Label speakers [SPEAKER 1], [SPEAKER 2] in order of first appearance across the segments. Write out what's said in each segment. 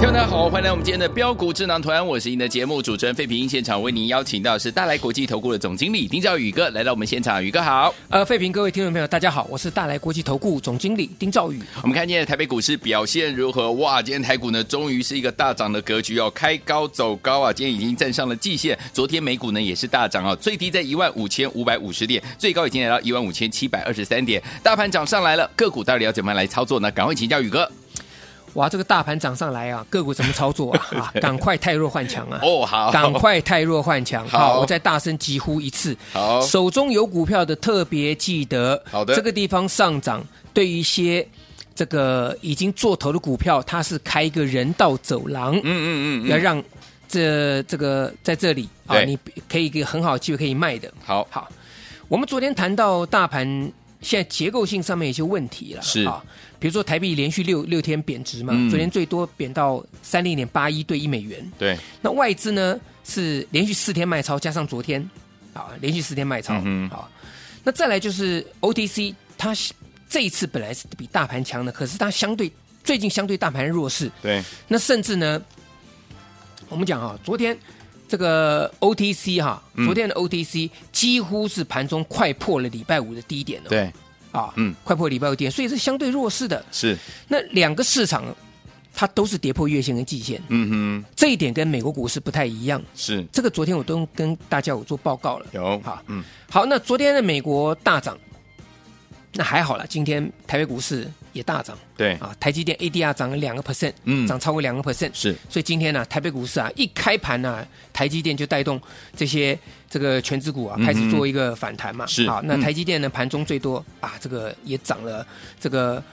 [SPEAKER 1] 听众大家好，欢迎来我们今天的标股智囊团，我是您的节目主持人费平。现场为您邀请到的是大来国际投顾的总经理丁兆宇哥来到我们现场，宇哥好。
[SPEAKER 2] 呃，费平，各位听众朋友，大家好，我是大来国际投顾总经理丁兆宇。
[SPEAKER 1] 我们看今天的台北股市表现如何？哇，今天台股呢，终于是一个大涨的格局哦，开高走高啊，今天已经站上了季线。昨天美股呢也是大涨哦，最低在一万五千五百五十点，最高已经来到一万五千七百二十三点。大盘涨上来了，个股到底要怎么样来操作呢？赶快请教宇哥。
[SPEAKER 2] 哇，这个大盘涨上来啊，个股怎么操 作啊？啊，赶快汰弱换强啊！
[SPEAKER 1] 哦，好，
[SPEAKER 2] 赶快汰弱换强！
[SPEAKER 1] 好
[SPEAKER 2] 我再大声疾呼一次。
[SPEAKER 1] 好
[SPEAKER 2] 手中有股票的特别记得，
[SPEAKER 1] 好的
[SPEAKER 2] 这个地方上涨，对于一些这个已经做头的股票，它是开一个人道走廊，
[SPEAKER 1] 嗯嗯嗯
[SPEAKER 2] 要
[SPEAKER 1] 嗯，
[SPEAKER 2] 让这这个在这里啊，
[SPEAKER 1] 对
[SPEAKER 2] 你可以一个很好的机会可以卖的。
[SPEAKER 1] 好，
[SPEAKER 2] 好，我们昨天谈到大盘现在结构性上面有些问题了，
[SPEAKER 1] 是
[SPEAKER 2] 啊，比如说台币连续六六天贬值嘛，
[SPEAKER 1] 嗯
[SPEAKER 2] 昨天最多贬到三零点八一对一美元，
[SPEAKER 1] 对，
[SPEAKER 2] 那外资呢是连续四天卖超，加上昨天啊，连续四天卖超，
[SPEAKER 1] 嗯哼
[SPEAKER 2] 好，那再来就是 OTC，它这一次本来是比大盘强的，可是它相对最近相对大盘弱势，
[SPEAKER 1] 对，
[SPEAKER 2] 那甚至呢，我们讲啊，昨天这个 OTC 哈、
[SPEAKER 1] 嗯
[SPEAKER 2] 昨天的 OTC 几乎是盘中快破了礼拜五的低点了、哦，
[SPEAKER 1] 对，
[SPEAKER 2] 啊，
[SPEAKER 1] 嗯
[SPEAKER 2] 嗯，快破礼拜五低点，所以是相对弱势的。
[SPEAKER 1] 是，
[SPEAKER 2] 那两个市场它都是跌破月线跟季线，
[SPEAKER 1] 嗯哼，
[SPEAKER 2] 这一点跟美国股市不太一样。
[SPEAKER 1] 是
[SPEAKER 2] 这个昨天我都跟大家有做报告了。
[SPEAKER 1] 有，
[SPEAKER 2] 好
[SPEAKER 1] 嗯，
[SPEAKER 2] 好，那昨天的美国大涨，那还好了，今天台北股市也大涨
[SPEAKER 1] 对，
[SPEAKER 2] 啊，台积电 ADR 涨了两个 percent，
[SPEAKER 1] 嗯
[SPEAKER 2] 涨超过两个 percent，
[SPEAKER 1] 是，
[SPEAKER 2] 所以今天呢、台北股市啊，一开盘呢、台积电就带动这些这个全指股啊，
[SPEAKER 1] 嗯哼
[SPEAKER 2] 开始做一个反弹嘛。
[SPEAKER 1] 是
[SPEAKER 2] 好，那
[SPEAKER 1] 嗯
[SPEAKER 2] 台积电呢，盘中最多啊，这个也涨了这个。呃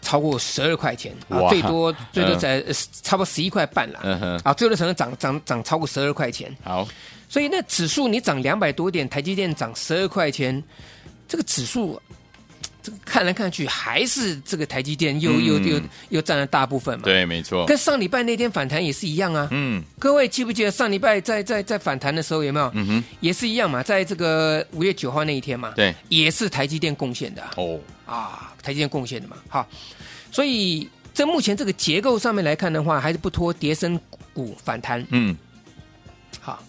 [SPEAKER 2] 超过十二块钱啊
[SPEAKER 1] 哇，
[SPEAKER 2] 最多最多在、呃差不多十一块半
[SPEAKER 1] 嗯
[SPEAKER 2] 啦
[SPEAKER 1] 哼，
[SPEAKER 2] 啊，最多曾经涨涨涨超过十二块钱，
[SPEAKER 1] 好，
[SPEAKER 2] 所以那指数你涨两百多点，台积电涨十二块钱，这个指数这个看来看去还是这个台积电又、又
[SPEAKER 1] 嗯
[SPEAKER 2] 又又占了大部分嘛，
[SPEAKER 1] 对，没错，
[SPEAKER 2] 跟上礼拜那天反弹也是一样啊。
[SPEAKER 1] 哦嗯，
[SPEAKER 2] 各位记不记得上礼拜在在在反弹的时候有没有？
[SPEAKER 1] 嗯哼，
[SPEAKER 2] 也是一样嘛，在这个五月九号那一天嘛，
[SPEAKER 1] 对，
[SPEAKER 2] 也是台积电贡献的啊
[SPEAKER 1] 哦，
[SPEAKER 2] 啊，台积电贡献的嘛。好，所以在目前这个结构上面来看的话，还是不脱跌升股反弹。
[SPEAKER 1] 嗯，
[SPEAKER 2] 好，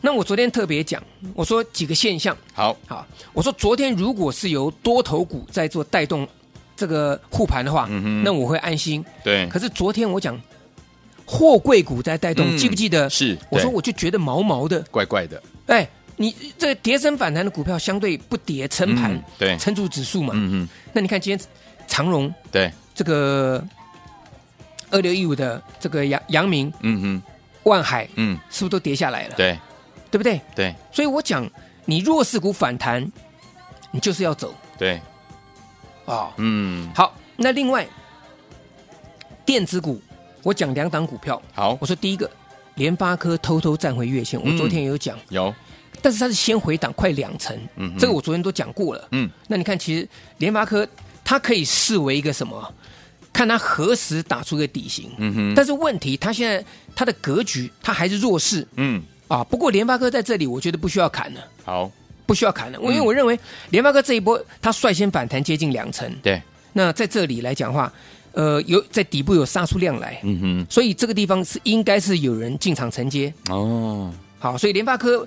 [SPEAKER 2] 那我昨天特别讲，我说几个现象。
[SPEAKER 1] 好，
[SPEAKER 2] 好，我说昨天如果是由多头股在做带动这个护盘的话，
[SPEAKER 1] 嗯哼
[SPEAKER 2] 那我会安心。
[SPEAKER 1] 对，
[SPEAKER 2] 可是昨天我讲货柜股在带动，
[SPEAKER 1] 嗯
[SPEAKER 2] 记不记得？
[SPEAKER 1] 是
[SPEAKER 2] 我说
[SPEAKER 1] 对
[SPEAKER 2] 我就觉得毛毛的，
[SPEAKER 1] 怪怪的，
[SPEAKER 2] 哎，你这个跌升反弹的股票相对不跌撑盘
[SPEAKER 1] 嗯，对
[SPEAKER 2] 撑住指数嘛。
[SPEAKER 1] 嗯
[SPEAKER 2] 那你看今天长荣
[SPEAKER 1] 哼，对，
[SPEAKER 2] 这个二六一五的这个阳阳明、
[SPEAKER 1] 嗯哼，
[SPEAKER 2] 万海
[SPEAKER 1] 嗯，
[SPEAKER 2] 是不是都跌下来了？
[SPEAKER 1] 对，
[SPEAKER 2] 对不对？
[SPEAKER 1] 对，
[SPEAKER 2] 所以我讲，你弱势股反弹，你就是要走
[SPEAKER 1] 对，
[SPEAKER 2] 啊、
[SPEAKER 1] 嗯，
[SPEAKER 2] 好，那另外电子股，我讲两档股票，
[SPEAKER 1] 好，
[SPEAKER 2] 我说第一个，联发科偷偷站回月线，我
[SPEAKER 1] 嗯
[SPEAKER 2] 昨天也有讲，
[SPEAKER 1] 有，
[SPEAKER 2] 但是它是先回档快两成，
[SPEAKER 1] 嗯哼
[SPEAKER 2] 这个我昨天都讲过了。
[SPEAKER 1] 嗯，
[SPEAKER 2] 那你看，其实联发科它可以视为一个什么？看它何时打出一个底型。
[SPEAKER 1] 嗯哼，
[SPEAKER 2] 但是问题，它现在它的格局，它还是弱势
[SPEAKER 1] 嗯，
[SPEAKER 2] 啊。不过联发科在这里，我觉得不需要砍了，
[SPEAKER 1] 好，
[SPEAKER 2] 不需要砍了，因为
[SPEAKER 1] 嗯
[SPEAKER 2] 我认为联发科这一波它率先反弹接近两成，
[SPEAKER 1] 对，
[SPEAKER 2] 那在这里来讲的话，呃，有在底部有杀出量来，
[SPEAKER 1] 嗯
[SPEAKER 2] 所以这个地方是应该是有人进场承接。
[SPEAKER 1] 哼，哦，
[SPEAKER 2] 好，所以联发科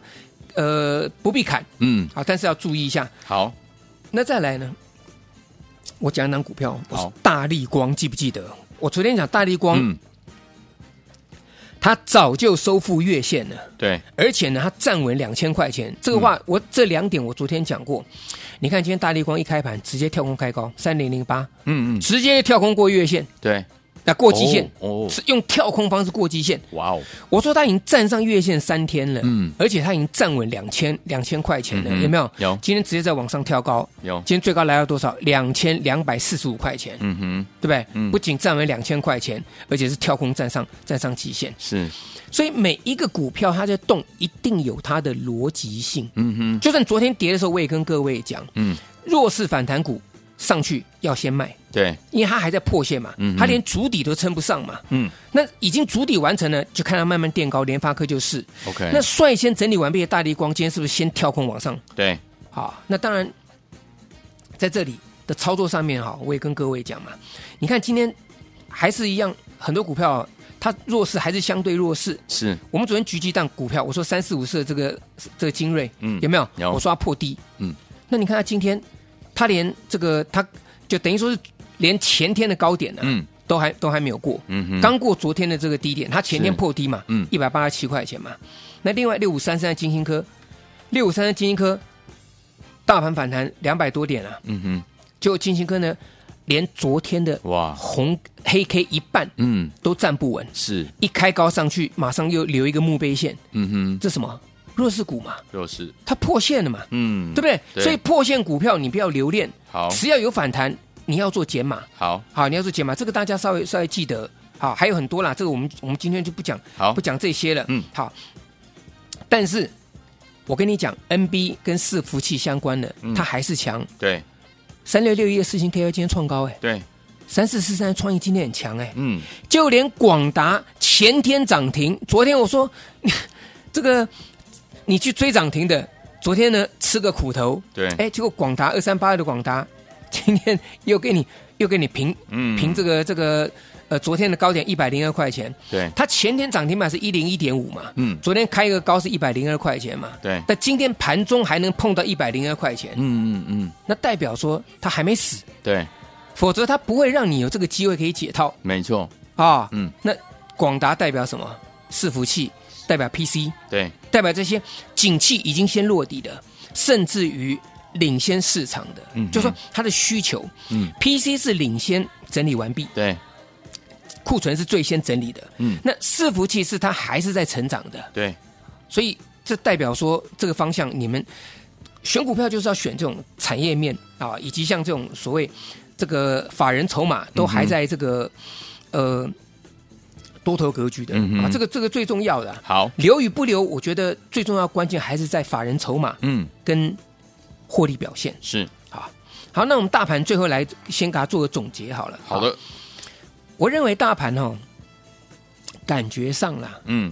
[SPEAKER 2] 呃不必砍
[SPEAKER 1] 嗯，
[SPEAKER 2] 啊，但是要注意一下。
[SPEAKER 1] 好，
[SPEAKER 2] 那再来呢，我讲一档股票，哦我
[SPEAKER 1] 好
[SPEAKER 2] 说大力光记不记得？我昨天讲大力光，
[SPEAKER 1] 嗯，
[SPEAKER 2] 它早就收复月线了。
[SPEAKER 1] 对，
[SPEAKER 2] 而且呢，它站稳两千块钱，这个
[SPEAKER 1] 嗯
[SPEAKER 2] 话、我这两点我昨天讲过。你看今天大力光一开盘直接跳空开高三零零八，
[SPEAKER 1] 嗯嗯，
[SPEAKER 2] 直接跳空过月线，
[SPEAKER 1] 对，
[SPEAKER 2] 那过季线
[SPEAKER 1] 哦哦
[SPEAKER 2] 是用跳空方式过季线。
[SPEAKER 1] 哇哦，
[SPEAKER 2] 我说它已经站上月线三天了，
[SPEAKER 1] 嗯
[SPEAKER 2] 嗯，而且它已经站稳两千两千块钱了，
[SPEAKER 1] 嗯哼
[SPEAKER 2] 有没有？
[SPEAKER 1] 有
[SPEAKER 2] 今天直接在往上跳高，
[SPEAKER 1] 有
[SPEAKER 2] 今天最高来到多少？两千两百四十五块钱，
[SPEAKER 1] 嗯哼，
[SPEAKER 2] 对不对？
[SPEAKER 1] 嗯
[SPEAKER 2] 不仅站稳两千块钱，而且是跳空站上站上极限。
[SPEAKER 1] 是，
[SPEAKER 2] 所以每一个股票它在动，一定有它的逻辑性。
[SPEAKER 1] 嗯哼，
[SPEAKER 2] 就算昨天跌的时候，我也跟各位讲，
[SPEAKER 1] 嗯，
[SPEAKER 2] 弱势反弹股上去要先卖，
[SPEAKER 1] 对，
[SPEAKER 2] 因为它还在破线嘛
[SPEAKER 1] 嗯，哼
[SPEAKER 2] 它连主底都撑不上嘛。
[SPEAKER 1] 嗯
[SPEAKER 2] 那已经主底完成了，就看它慢慢垫高，联发科就是。
[SPEAKER 1] ，OK，
[SPEAKER 2] 那率先整理完毕的大力光，今天是不是先跳空往上？
[SPEAKER 1] 对，
[SPEAKER 2] 好，那当然，在这里的操作上面哈，我也跟各位讲嘛，你看今天还是一样，很多股票它弱势还是相对弱势。
[SPEAKER 1] 是，
[SPEAKER 2] 我们昨天狙击档股票，我说三四五四的这个这个精锐，
[SPEAKER 1] 嗯
[SPEAKER 2] 有没有？
[SPEAKER 1] 有
[SPEAKER 2] 我说它破低，
[SPEAKER 1] 嗯，
[SPEAKER 2] 那你看它今天，它连这个它就等于说是连前天的高点呢、啊
[SPEAKER 1] 嗯
[SPEAKER 2] 都还都还没有过，
[SPEAKER 1] 嗯哼，
[SPEAKER 2] 刚过昨天的这个低点，它前天
[SPEAKER 1] 是
[SPEAKER 2] 破低嘛，
[SPEAKER 1] 嗯
[SPEAKER 2] 一百八十七块钱嘛。那另外六五三三的金星科，六五三三金星科，大盘反弹两百多点啊，
[SPEAKER 1] 嗯
[SPEAKER 2] 结果金星科呢，连昨天的
[SPEAKER 1] 哼，哇，
[SPEAKER 2] 红黑 K 一半
[SPEAKER 1] 嗯，
[SPEAKER 2] 都站不稳，
[SPEAKER 1] 是，
[SPEAKER 2] 一开高上去，马上又留一个墓碑线，
[SPEAKER 1] 嗯哼，
[SPEAKER 2] 这什么弱势股嘛，
[SPEAKER 1] 弱势，
[SPEAKER 2] 它破线了嘛，
[SPEAKER 1] 嗯，
[SPEAKER 2] 对不对？
[SPEAKER 1] 对
[SPEAKER 2] 所以破线股票你不要留恋，
[SPEAKER 1] 好，
[SPEAKER 2] 只要有反弹，你要做减码。
[SPEAKER 1] 好，
[SPEAKER 2] 好，你要做解码，这个大家稍微稍微记得。好，还有很多啦，这个我们我们今天就不讲，
[SPEAKER 1] 好
[SPEAKER 2] 不讲这些了。
[SPEAKER 1] 嗯，
[SPEAKER 2] 好。但是我跟你讲，NB 跟伺服器相关的，
[SPEAKER 1] 嗯
[SPEAKER 2] 它还是强。
[SPEAKER 1] 对，
[SPEAKER 2] 三六六一的四星 KY 今天创高哎、
[SPEAKER 1] 对，
[SPEAKER 2] 三四四三创意今天很强哎、
[SPEAKER 1] 嗯，
[SPEAKER 2] 就连广达前天涨停，昨天我说 这个你去追涨停的，昨天呢吃个苦头，
[SPEAKER 1] 对，
[SPEAKER 2] 哎，结果广达二三八二的广达 今天又给你又给你平
[SPEAKER 1] 嗯
[SPEAKER 2] 凭这个这个呃昨天的高点一百零二块钱，
[SPEAKER 1] 对，
[SPEAKER 2] 它前天涨停板是一零一点五嘛，
[SPEAKER 1] 嗯，
[SPEAKER 2] 昨天开一个高是一百零二块钱嘛，
[SPEAKER 1] 对，
[SPEAKER 2] 但今天盘中还能碰到一百零二块钱，
[SPEAKER 1] 嗯嗯嗯，
[SPEAKER 2] 那代表说它还没死，
[SPEAKER 1] 对，
[SPEAKER 2] 否则它不会让你有这个机会可以解套
[SPEAKER 1] 没错，
[SPEAKER 2] 啊。
[SPEAKER 1] 嗯，
[SPEAKER 2] 那广达代表什么？伺服器代表 PC，
[SPEAKER 1] 对，
[SPEAKER 2] 代表这些景气已经先落底的，甚至于领先市场的，
[SPEAKER 1] 嗯哼
[SPEAKER 2] 就说它的需求，
[SPEAKER 1] 嗯
[SPEAKER 2] ，PC 是领先整理完毕，
[SPEAKER 1] 对，
[SPEAKER 2] 库存是最先整理的，
[SPEAKER 1] 嗯
[SPEAKER 2] 那伺服器是它还是在成长的，
[SPEAKER 1] 对，
[SPEAKER 2] 所以这代表说这个方向你们选股票就是要选这种产业面啊，以及像这种所谓这个法人筹码都还在这个、呃多头格局的、
[SPEAKER 1] 嗯哼
[SPEAKER 2] 啊，这个这个最重要的啊、
[SPEAKER 1] 好，
[SPEAKER 2] 留与不留，我觉得最重要的关键还是在法人筹码
[SPEAKER 1] 嗯，
[SPEAKER 2] 跟获利表现
[SPEAKER 1] 是，
[SPEAKER 2] 啊。好，那我们大盘最后来先给它做个总结好了。
[SPEAKER 1] 好
[SPEAKER 2] 啊，
[SPEAKER 1] 的，
[SPEAKER 2] 我认为大盘哦，感觉上啦
[SPEAKER 1] 嗯，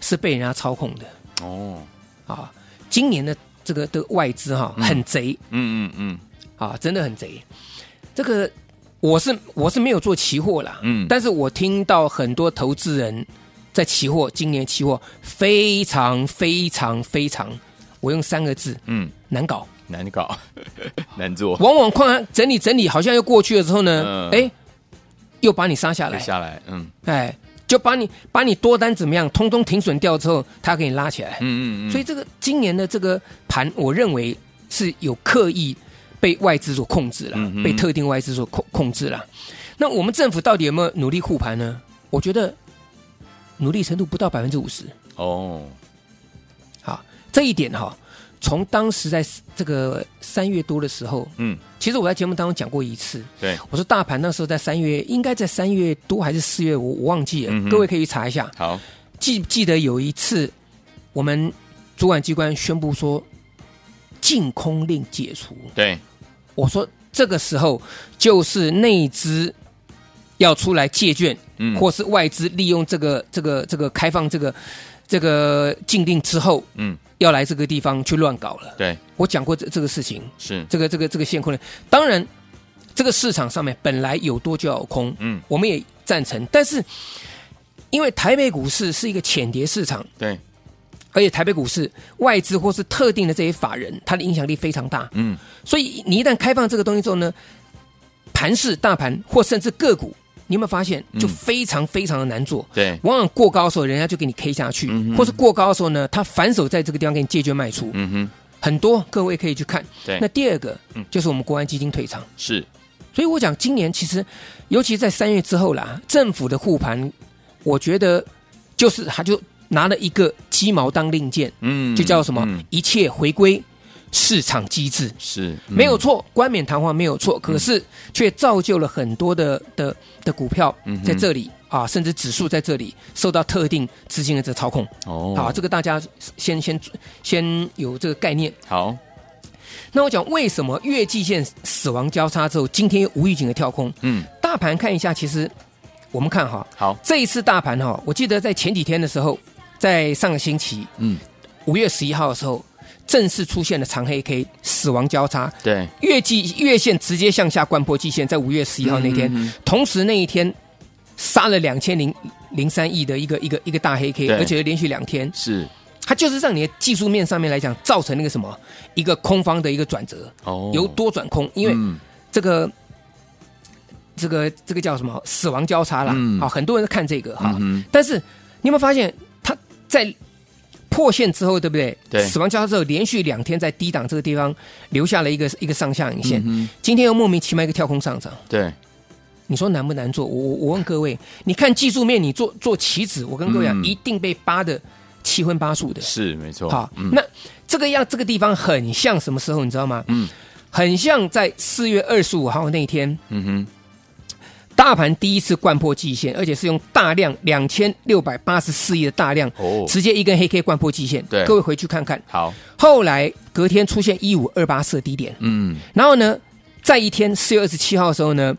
[SPEAKER 2] 是被人家操控的
[SPEAKER 1] 哦，
[SPEAKER 2] 啊。今年的这个的外资哈、
[SPEAKER 1] 嗯
[SPEAKER 2] 很贼
[SPEAKER 1] 嗯嗯嗯，
[SPEAKER 2] 啊，真的很贼。这个我是我是没有做期货啦，
[SPEAKER 1] 嗯
[SPEAKER 2] 但是我听到很多投资人在期货，今年期货非常非常非常，我用三个字
[SPEAKER 1] 嗯，
[SPEAKER 2] 难搞。
[SPEAKER 1] 难搞， 难做，
[SPEAKER 2] 往往矿整理整理，好像又过去了之后呢
[SPEAKER 1] 嗯，
[SPEAKER 2] 哎、又把你杀下
[SPEAKER 1] 接
[SPEAKER 2] 来，
[SPEAKER 1] 下来，嗯
[SPEAKER 2] 哎，就把你把你多单怎么样，通通停损掉之后，他给你拉起来。
[SPEAKER 1] 嗯嗯嗯，
[SPEAKER 2] 所以这个今年的这个盘，我认为是有刻意被外资所控制了，
[SPEAKER 1] 嗯哼
[SPEAKER 2] 被特定外资所控控制了。那我们政府到底有没有努力护盘呢？我觉得努力程度不到百分之五十。
[SPEAKER 1] 哦，
[SPEAKER 2] 好，这一点哈、从当时在这个三月多的时候，
[SPEAKER 1] 嗯，
[SPEAKER 2] 其实我在节目当中讲过一次，
[SPEAKER 1] 对，
[SPEAKER 2] 我说大盘那时候在三月，应该在三月多还是四月，我我忘记了，
[SPEAKER 1] 嗯哼
[SPEAKER 2] 各位可以查一下。
[SPEAKER 1] 好，
[SPEAKER 2] 记记得有一次，我们主管机关宣布说禁空令解除，
[SPEAKER 1] 对，
[SPEAKER 2] 我说这个时候就是内资要出来借券，
[SPEAKER 1] 嗯，
[SPEAKER 2] 或是外资利用这个这个这个开放这个这个禁令之后，
[SPEAKER 1] 嗯，
[SPEAKER 2] 要来这个地方去乱搞了。
[SPEAKER 1] 对，
[SPEAKER 2] 我讲过这这个事情，
[SPEAKER 1] 是，
[SPEAKER 2] 这个这个这个限空令，当然这个市场上面本来有多就要有空，
[SPEAKER 1] 嗯，
[SPEAKER 2] 我们也赞成，但是因为台北股市是一个浅碟市场，
[SPEAKER 1] 对，
[SPEAKER 2] 而且台北股市外资或是特定的这些法人，它的影响力非常大，
[SPEAKER 1] 嗯，
[SPEAKER 2] 所以你一旦开放这个东西之后呢，盘市、大盘或甚至个股，你有没有发现
[SPEAKER 1] 嗯
[SPEAKER 2] 就非常非常的难做？
[SPEAKER 1] 对，
[SPEAKER 2] 往往过高的时候，人家就给你 K 下去，
[SPEAKER 1] 嗯哼
[SPEAKER 2] 或是过高的时候呢，他反手在这个地方给你借券卖出，
[SPEAKER 1] 嗯哼，
[SPEAKER 2] 很多各位可以去看。
[SPEAKER 1] 对，
[SPEAKER 2] 那第二个
[SPEAKER 1] 嗯
[SPEAKER 2] 就是我们国安基金退场，
[SPEAKER 1] 是，
[SPEAKER 2] 所以我讲今年其实，尤其在三月之后啦，政府的护盘，我觉得就是他就拿了一个鸡毛当令箭，
[SPEAKER 1] 嗯
[SPEAKER 2] 就叫什么、
[SPEAKER 1] 嗯
[SPEAKER 2] 一切回归市场机制，
[SPEAKER 1] 是嗯
[SPEAKER 2] 没有错，冠冕堂皇没有错，可是却造就了很多的的的股票
[SPEAKER 1] 嗯哼
[SPEAKER 2] 在这里、啊，甚至指数在这里受到特定资金的这个操控。
[SPEAKER 1] 哦
[SPEAKER 2] 好，这个大家先先先有这个概念。
[SPEAKER 1] 好，
[SPEAKER 2] 那我讲为什么月季线死亡交叉之后，今天又无预警的跳空？
[SPEAKER 1] 嗯，
[SPEAKER 2] 大盘看一下，其实我们看哈，
[SPEAKER 1] 好，
[SPEAKER 2] 这一次大盘哈，我记得在前几天的时候，在上个星期
[SPEAKER 1] 嗯，
[SPEAKER 2] 五月十一号的时候，正式出现了长黑 K 死亡交叉，
[SPEAKER 1] 对，
[SPEAKER 2] 月季月线直接向下贯破季线，在五月十一号那天，
[SPEAKER 1] 嗯嗯嗯
[SPEAKER 2] 同时那一天杀了两千零零三亿的一个一个一个大黑 K，
[SPEAKER 1] 对
[SPEAKER 2] 而且连续两天，
[SPEAKER 1] 是
[SPEAKER 2] 它就是让你的技术面上面来讲造成那个什么一个空方的一个转折，
[SPEAKER 1] 哦
[SPEAKER 2] 由多转空，因为
[SPEAKER 1] 嗯
[SPEAKER 2] 这个、这个这个叫什么死亡交叉啦，
[SPEAKER 1] 嗯
[SPEAKER 2] 好，很多人看这个哈，
[SPEAKER 1] 嗯哼
[SPEAKER 2] 但是你有没有发现它在破线之后，对不对？
[SPEAKER 1] 对
[SPEAKER 2] 死亡交叉之后，连续两天在低档这个地方留下了一个一个上下影线，
[SPEAKER 1] 嗯
[SPEAKER 2] 今天又莫名其妙一个跳空上涨，
[SPEAKER 1] 对，
[SPEAKER 2] 你说难不难做？我我我问各位，你看技术面，你做做棋子，我跟各位讲，
[SPEAKER 1] 嗯
[SPEAKER 2] 一定被扒的七荤八素的。
[SPEAKER 1] 是没错，
[SPEAKER 2] 好，那这个样这个地方很像什么时候，你知道吗？
[SPEAKER 1] 嗯
[SPEAKER 2] 很像在四月二十五号那天，
[SPEAKER 1] 嗯哼，
[SPEAKER 2] 大盘第一次贯破季线，而且是用大量两千六百八十四亿的大量，
[SPEAKER 1] 哦
[SPEAKER 2] 直接一根黑 K 贯破季线。
[SPEAKER 1] 对
[SPEAKER 2] 各位回去看看。
[SPEAKER 1] 好，
[SPEAKER 2] 后来隔天出现一五二八四的低点，
[SPEAKER 1] 嗯，
[SPEAKER 2] 然后呢，在一天四月二十七号的时候呢，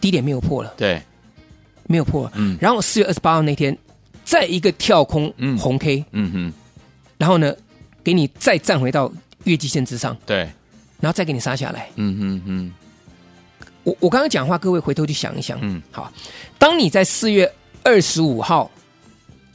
[SPEAKER 2] 低点没有破了，
[SPEAKER 1] 对，
[SPEAKER 2] 没有破了。
[SPEAKER 1] 嗯
[SPEAKER 2] 然后四月二十八号那天，再一个跳空
[SPEAKER 1] 嗯
[SPEAKER 2] 红 K，、
[SPEAKER 1] 嗯哼，
[SPEAKER 2] 然后呢，给你再站回到月季线之上，
[SPEAKER 1] 对，
[SPEAKER 2] 然后再给你杀下来。
[SPEAKER 1] 嗯哼哼，
[SPEAKER 2] 我我刚刚讲话，各位回头去想一想。
[SPEAKER 1] 嗯
[SPEAKER 2] 嗯，好，当你在四月二十五号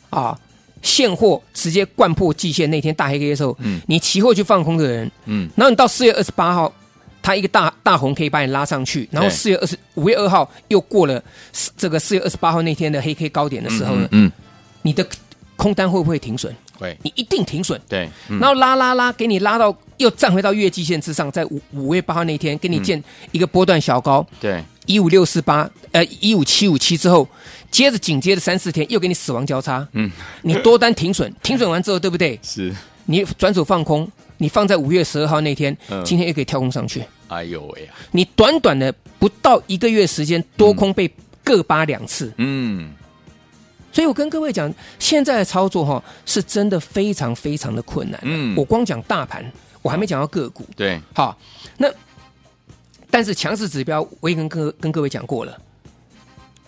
[SPEAKER 2] 啊，现货直接贯破季线那天大黑 K 的时候，
[SPEAKER 1] 嗯
[SPEAKER 2] 你期货去放空的人，
[SPEAKER 1] 嗯，
[SPEAKER 2] 然后你到四月二十八号，它一个大大红 K 把你拉上去，然后
[SPEAKER 1] 对
[SPEAKER 2] 四月二十五月二号又过了四这个四月二十八号那天的黑 K 高点的时候呢，
[SPEAKER 1] 嗯，
[SPEAKER 2] 你的空单会不会停损？
[SPEAKER 1] 会，
[SPEAKER 2] 你一定停损。
[SPEAKER 1] 对，嗯
[SPEAKER 2] 然后拉拉拉，给你拉到又站回到月季线之上，在五五月八号那天给你建一个波段小高，
[SPEAKER 1] 对，
[SPEAKER 2] 一五六四八，呃，一五七五七之后，接着紧接着三四天又给你死亡交叉，
[SPEAKER 1] 嗯，
[SPEAKER 2] 你多单 停损，停损完之后，对不对？
[SPEAKER 1] 是，
[SPEAKER 2] 你转手放空，你放在五月十二号那天，
[SPEAKER 1] 嗯
[SPEAKER 2] 今天又可以跳空上去，
[SPEAKER 1] 哎呦喂呀，
[SPEAKER 2] 你短短的不到一个月时间，多空被各扒两次，
[SPEAKER 1] 嗯，
[SPEAKER 2] 所以我跟各位讲，现在的操作哈、是真的非常非常的困难。
[SPEAKER 1] 嗯
[SPEAKER 2] 我光讲大盘，我还没讲到个股。
[SPEAKER 1] 对，
[SPEAKER 2] 好，那但是强势指标我也跟各跟各位讲过了，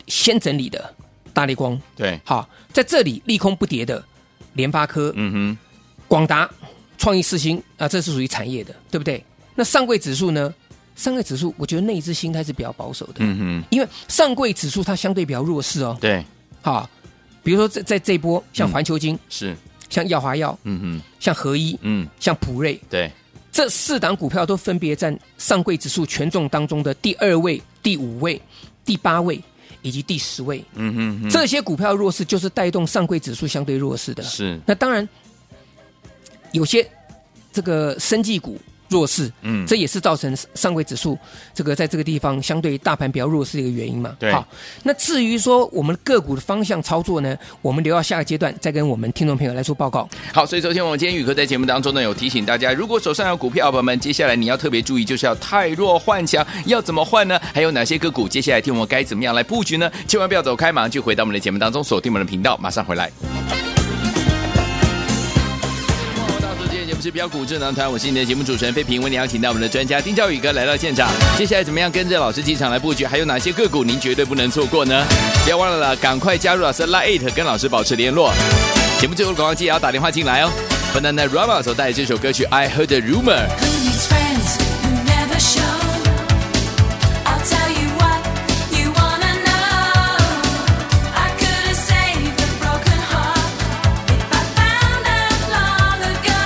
[SPEAKER 2] 先整理的大力光，
[SPEAKER 1] 对，
[SPEAKER 2] 好，在这里利空不跌的联发科、
[SPEAKER 1] 嗯哼，
[SPEAKER 2] 广达、创意、四星啊，这是属于产业的，对不对？那上柜指数呢？上柜指数，我觉得内资心态是比较保守的，
[SPEAKER 1] 嗯哼，
[SPEAKER 2] 因为上柜指数它相对比较弱势哦。
[SPEAKER 1] 对，
[SPEAKER 2] 好，比如说在在这一波，像环球金、
[SPEAKER 1] 是，
[SPEAKER 2] 像耀华药、
[SPEAKER 1] 嗯哼，
[SPEAKER 2] 像合一、
[SPEAKER 1] 嗯，
[SPEAKER 2] 像普瑞，
[SPEAKER 1] 对，
[SPEAKER 2] 这四档股票都分别占上柜指数权重当中的第二位、第五位、第八位以及第十位。
[SPEAKER 1] 嗯哼哼，
[SPEAKER 2] 这些股票弱势就是带动上柜指数相对弱势的。
[SPEAKER 1] 是，
[SPEAKER 2] 那当然，有些这个生技股弱势，
[SPEAKER 1] 嗯，
[SPEAKER 2] 这也是造成上柜指数这个在这个地方相对大盘比较弱势的一个原因嘛。
[SPEAKER 1] 对
[SPEAKER 2] 好，那至于说我们个股的方向操作呢，我们留到下个阶段再跟我们听众朋友来做报告。
[SPEAKER 1] 好，所以昨天我们今天宇哥在节目当中呢，有提醒大家，如果手上有股票，宝宝们，接下来你要特别注意，就是要太弱换强，要怎么换呢？还有哪些个股，接下来听我们该怎么样来布局呢？千万不要走开，马上就回到我们的节目当中，锁定我们的频道，马上回来。大叔今天节目是标股智囊团，我是你的节目主持人费平，为你邀请到我们的专家丁兆宇哥来到现场。接下来怎么样跟着老师进场来布局？还有哪些个股您绝对不能错过呢？不要忘了啦，赶快加入老师的 Lite，跟老师保持联络。节目最后的广告记得要打电话进来哦。Banana Rama 所带来这首歌曲《I Heard a Rumor》。
[SPEAKER 3] Who needs friends who never show? I'll tell you what you wanna know. I could have saved a broken heart if I found out long ago.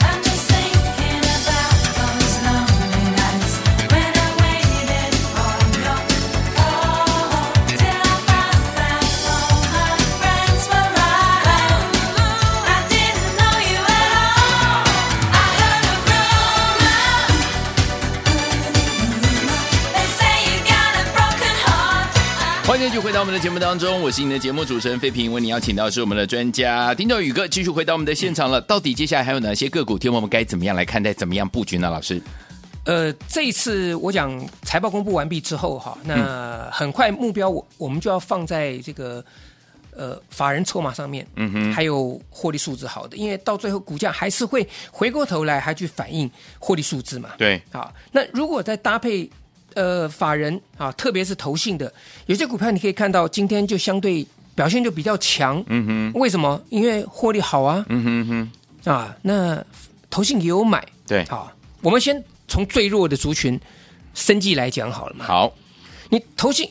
[SPEAKER 3] I'm just thinking about those lonely nights when I waited for your call till I found out all my friends were right. I didn't know you at all. I heard a
[SPEAKER 1] 继续回到我们的节目当中，我是你的节目主持人费平，为你邀请到的是我们的专家丁兆宇哥，继续回到我们的现场了。到底接下来还有哪些个股，天我们该怎么样来看待，怎么样布局呢？老师，
[SPEAKER 2] 呃，这一次我讲财报公布完毕之后哈，那很快目标我我们就要放在这个呃法人筹码上面，嗯哼，还有获利数字好的，因为到最后股价还是会回过头来还去反映获利数字嘛，
[SPEAKER 1] 对，
[SPEAKER 2] 好，那如果再搭配呃法人啊，特别是投信的，有些股票你可以看到今天就相对表现就比较强，嗯哼，为什么？因为获利好啊，嗯哼哼，啊，那投信也有买，
[SPEAKER 1] 对
[SPEAKER 2] 好，我们先从最弱的族群生计来讲好了嘛，
[SPEAKER 1] 好，
[SPEAKER 2] 你投信。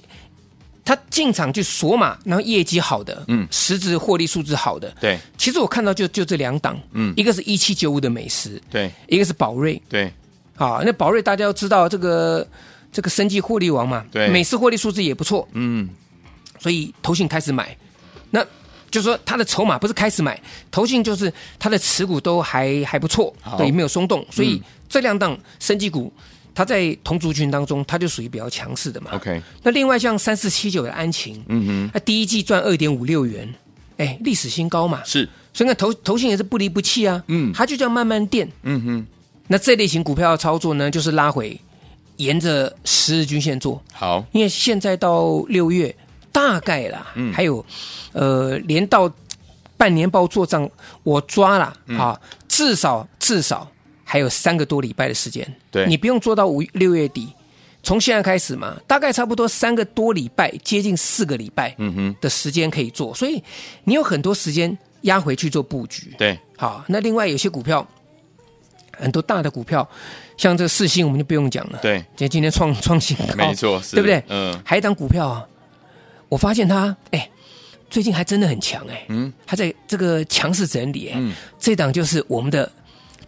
[SPEAKER 2] 他进场去锁码，然后业绩好的，
[SPEAKER 1] 嗯
[SPEAKER 2] 实质获利数字好的，
[SPEAKER 1] 对
[SPEAKER 2] 其实我看到就就这两档，
[SPEAKER 1] 嗯
[SPEAKER 2] 一个是一七九五的美食，
[SPEAKER 1] 对
[SPEAKER 2] 一个是宝瑞，
[SPEAKER 1] 对
[SPEAKER 2] 啊，那宝瑞大家要知道这个这个生计获利王嘛，
[SPEAKER 1] 对
[SPEAKER 2] 每次获利数字也不错，
[SPEAKER 1] 嗯，
[SPEAKER 2] 所以投信开始买，那就说他的筹码不是开始买，投信就是他的持股都还还不错
[SPEAKER 1] 好，嗯
[SPEAKER 2] 对，没有松动，所以这两档生计股，它在同族群当中，它就属于比较强势的嘛。
[SPEAKER 1] OK
[SPEAKER 2] 那另外像三四七九的安晴，嗯哼，它第一季赚二点五六元，哎，历史新高嘛，
[SPEAKER 1] 是，
[SPEAKER 2] 所以看投投信也是不离不弃啊，
[SPEAKER 1] 嗯
[SPEAKER 2] 它就这样慢慢垫，
[SPEAKER 1] 嗯哼，
[SPEAKER 2] 那这类型股票的操作呢，就是拉回，沿着十日均线做，
[SPEAKER 1] 好，
[SPEAKER 2] 因为现在到六月大概啦，
[SPEAKER 1] 嗯
[SPEAKER 2] 还有呃，连到半年报做账，我抓了、
[SPEAKER 1] 嗯
[SPEAKER 2] 啊，至少至少还有三个多礼拜的时间，
[SPEAKER 1] 对
[SPEAKER 2] 你不用做到五六月底。从现在开始嘛，大概差不多三个多礼拜，接近四个礼拜
[SPEAKER 1] 嗯哼，
[SPEAKER 2] 的时间可以做，所以你有很多时间压回去做布局。
[SPEAKER 1] 对，
[SPEAKER 2] 好，那另外有些股票，很多大的股票，像这个四星，我们就不用讲了。，
[SPEAKER 1] 对，
[SPEAKER 2] 今今天创创新高，
[SPEAKER 1] 没错是
[SPEAKER 2] 对不对？
[SPEAKER 1] 嗯
[SPEAKER 2] 嗯，还有一档股票啊，我发现它，哎，最近还真的很强哎、嗯，它在这个强势整理哎、
[SPEAKER 1] 嗯
[SPEAKER 2] 这档就是我们的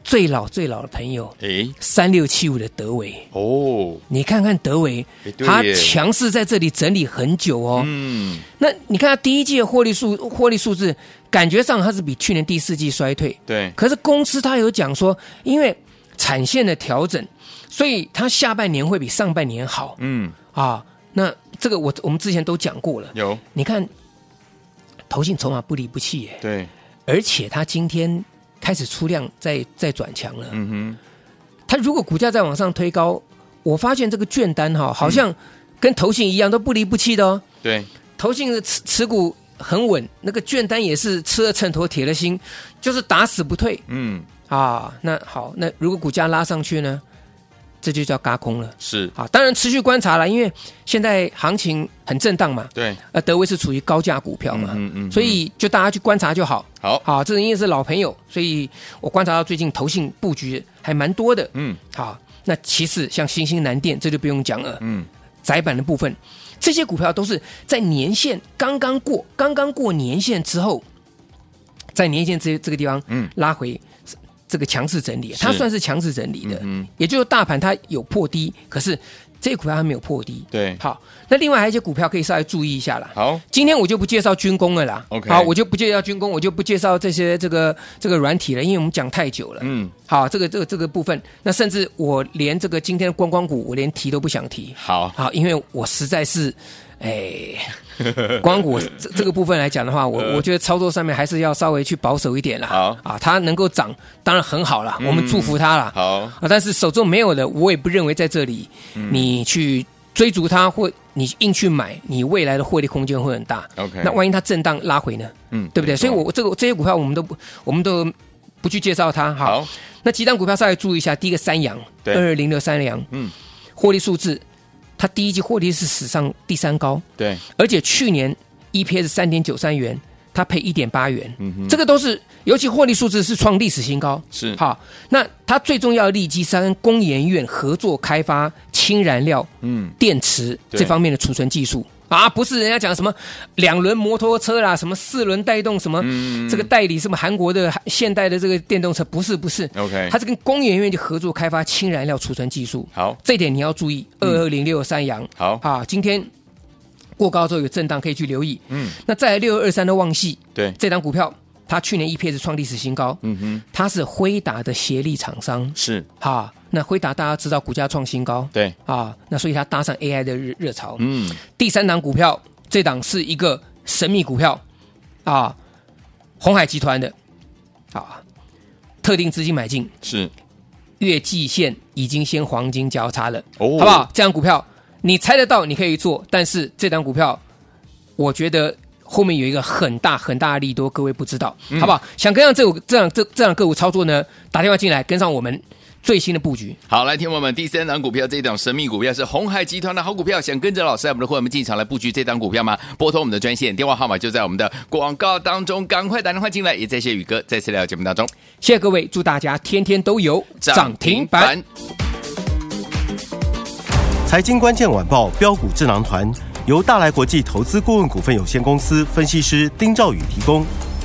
[SPEAKER 2] 最老最老的朋友
[SPEAKER 1] 诶，
[SPEAKER 2] 三六七五的德维。
[SPEAKER 1] 哦，
[SPEAKER 2] 你看看德维
[SPEAKER 1] 哎，对
[SPEAKER 2] 它
[SPEAKER 1] 耶
[SPEAKER 2] 强势在这里整理很久哦。
[SPEAKER 1] 嗯，
[SPEAKER 2] 那你看它第一季的获利数获利数字，感觉上它是比去年第四季衰退，
[SPEAKER 1] 对，
[SPEAKER 2] 可是公司它有讲说，因为产线的调整，所以它下半年会比上半年好
[SPEAKER 1] 嗯，
[SPEAKER 2] 啊。那这个我我们之前都讲过了，
[SPEAKER 1] 有，
[SPEAKER 2] 你看，投信筹码不离不弃耶，
[SPEAKER 1] 对，
[SPEAKER 2] 而且它今天开始出量在在转强了。
[SPEAKER 1] 嗯
[SPEAKER 2] 它如果股价再往上推高，我发现这个券单哈、好像跟投信一样都不离不弃的哦。
[SPEAKER 1] 哼，对，
[SPEAKER 2] 投信的持持股很稳，那个券单也是吃了秤砣铁了心，就是打死不退。
[SPEAKER 1] 嗯，
[SPEAKER 2] 啊，那好，那如果股价拉上去呢，这就叫嘎空了
[SPEAKER 1] 是，
[SPEAKER 2] 啊。当然持续观察了，因为现在行情很震荡嘛，
[SPEAKER 1] 对，
[SPEAKER 2] 呃，德威是处于高价股票嘛，
[SPEAKER 1] 嗯嗯嗯
[SPEAKER 2] 所以就大家去观察就好。
[SPEAKER 1] 好，
[SPEAKER 2] 好，啊这因为是老朋友，所以我观察到最近投信布局还蛮多的。
[SPEAKER 1] 嗯
[SPEAKER 2] 好，那其次像新兴南电，这就不用讲了，
[SPEAKER 1] 嗯，
[SPEAKER 2] 窄板的部分，这些股票都是在年限刚刚过，刚刚过年限之后，在年限这这个地方，
[SPEAKER 1] 嗯
[SPEAKER 2] 拉回这个强势整理，
[SPEAKER 1] 是
[SPEAKER 2] 它算是强势整理的，
[SPEAKER 1] 嗯
[SPEAKER 2] 也就是大盘它有破低，可是这些股票还没有破低。
[SPEAKER 1] 对
[SPEAKER 2] 好，那另外还有一些股票可以稍微注意一下啦。
[SPEAKER 1] 好，
[SPEAKER 2] 今天我就不介绍军工了啦。
[SPEAKER 1] 哦 OK
[SPEAKER 2] 好，我就不介绍军工，我就不介绍这些这个这个软体了，因为我们讲太久了。
[SPEAKER 1] 嗯，
[SPEAKER 2] 好，这个这个这个部分，那甚至我连这个今天的观光股，我连提都不想提。
[SPEAKER 1] 好，
[SPEAKER 2] 好，因为我实在是，哎， 光谷这这个部分来讲的话，我我觉得操作上面还是要稍微去保守一点啦。
[SPEAKER 1] 呃好嗯
[SPEAKER 2] 啊，它能够涨，当然很好啦，我们祝福它啦。
[SPEAKER 1] 好，嗯
[SPEAKER 2] 啊，但是手中没有的，我也不认为在这里你去追逐它或你硬去买，你未来的获利空间会很大。
[SPEAKER 1] OK
[SPEAKER 2] 那万一它震荡拉回呢？
[SPEAKER 1] 嗯
[SPEAKER 2] 对不对？所以
[SPEAKER 1] 没
[SPEAKER 2] 我，
[SPEAKER 1] 错
[SPEAKER 2] 我这个这些股票我们都不，我们都不去介绍它。
[SPEAKER 1] 好，
[SPEAKER 2] 那几档股票稍微注意一下，第一个三阳，
[SPEAKER 1] 对
[SPEAKER 2] 二二零六三阳，
[SPEAKER 1] 嗯，
[SPEAKER 2] 获利数字，它第一季获利是史上第三高，
[SPEAKER 1] 对，
[SPEAKER 2] 而且去年 EPS 三点九三元，它配一点八元，
[SPEAKER 1] 嗯哼
[SPEAKER 2] 这个都是，尤其获利数字是创历史新高。
[SPEAKER 1] 是，
[SPEAKER 2] 好，那它最重要的利基是跟工研院合作开发氢燃料
[SPEAKER 1] 嗯，
[SPEAKER 2] 电池
[SPEAKER 1] 对
[SPEAKER 2] 这方面的储存技术啊，不是人家讲什么两轮摩托车啦，什么四轮带动什么，
[SPEAKER 1] 嗯
[SPEAKER 2] 这个代理什么韩国的现代的这个电动车，不是不是
[SPEAKER 1] OK
[SPEAKER 2] 它是跟工研院就合作开发氢燃料储存技术，
[SPEAKER 1] 好，嗯
[SPEAKER 2] 这一点你要注意。二二零六三阳，
[SPEAKER 1] 好
[SPEAKER 2] 啊，今天过高之后有震荡，可以去留意。
[SPEAKER 1] 嗯，
[SPEAKER 2] 那再来六二三的旺系
[SPEAKER 1] 对，
[SPEAKER 2] 这档股票，它去年 EPS 创历史新高，
[SPEAKER 1] 嗯哼，
[SPEAKER 2] 它是辉达的协力厂商，
[SPEAKER 1] 是，
[SPEAKER 2] 哈、那辉达大家知道股价创新高，
[SPEAKER 1] 对，
[SPEAKER 2] 啊，那所以它搭上 AI 的热热潮。
[SPEAKER 1] 嗯，
[SPEAKER 2] 第三档股票这档是一个神秘股票啊，红海集团的啊，特定资金买进，
[SPEAKER 1] 是
[SPEAKER 2] 月季线已经先黄金交叉了，
[SPEAKER 1] 哦
[SPEAKER 2] 好不好？这档股票你猜得到，你可以做，但是这档股票，我觉得后面有一个很大很大的利多，各位不知道，
[SPEAKER 1] 嗯
[SPEAKER 2] 好不好？想跟上这股这样这这样个股操作呢，打电话进来跟上我们最新的布局。
[SPEAKER 1] 好，来，听众朋友们，第三档股票这一档神秘股票是红海集团的好股票，想跟着老师我们的伙伴们进场来布局这档股票吗？拨通我们的专线，电话号码就在我们的广告当中，赶快打电话进来。也谢谢宇哥再次来到节目当中，
[SPEAKER 2] 谢谢各位，祝大家天天都有涨停板。。
[SPEAKER 4] 财经关键晚报标股智囊团由大来国际投资顾问股份有限公司分析师丁兆宇提供。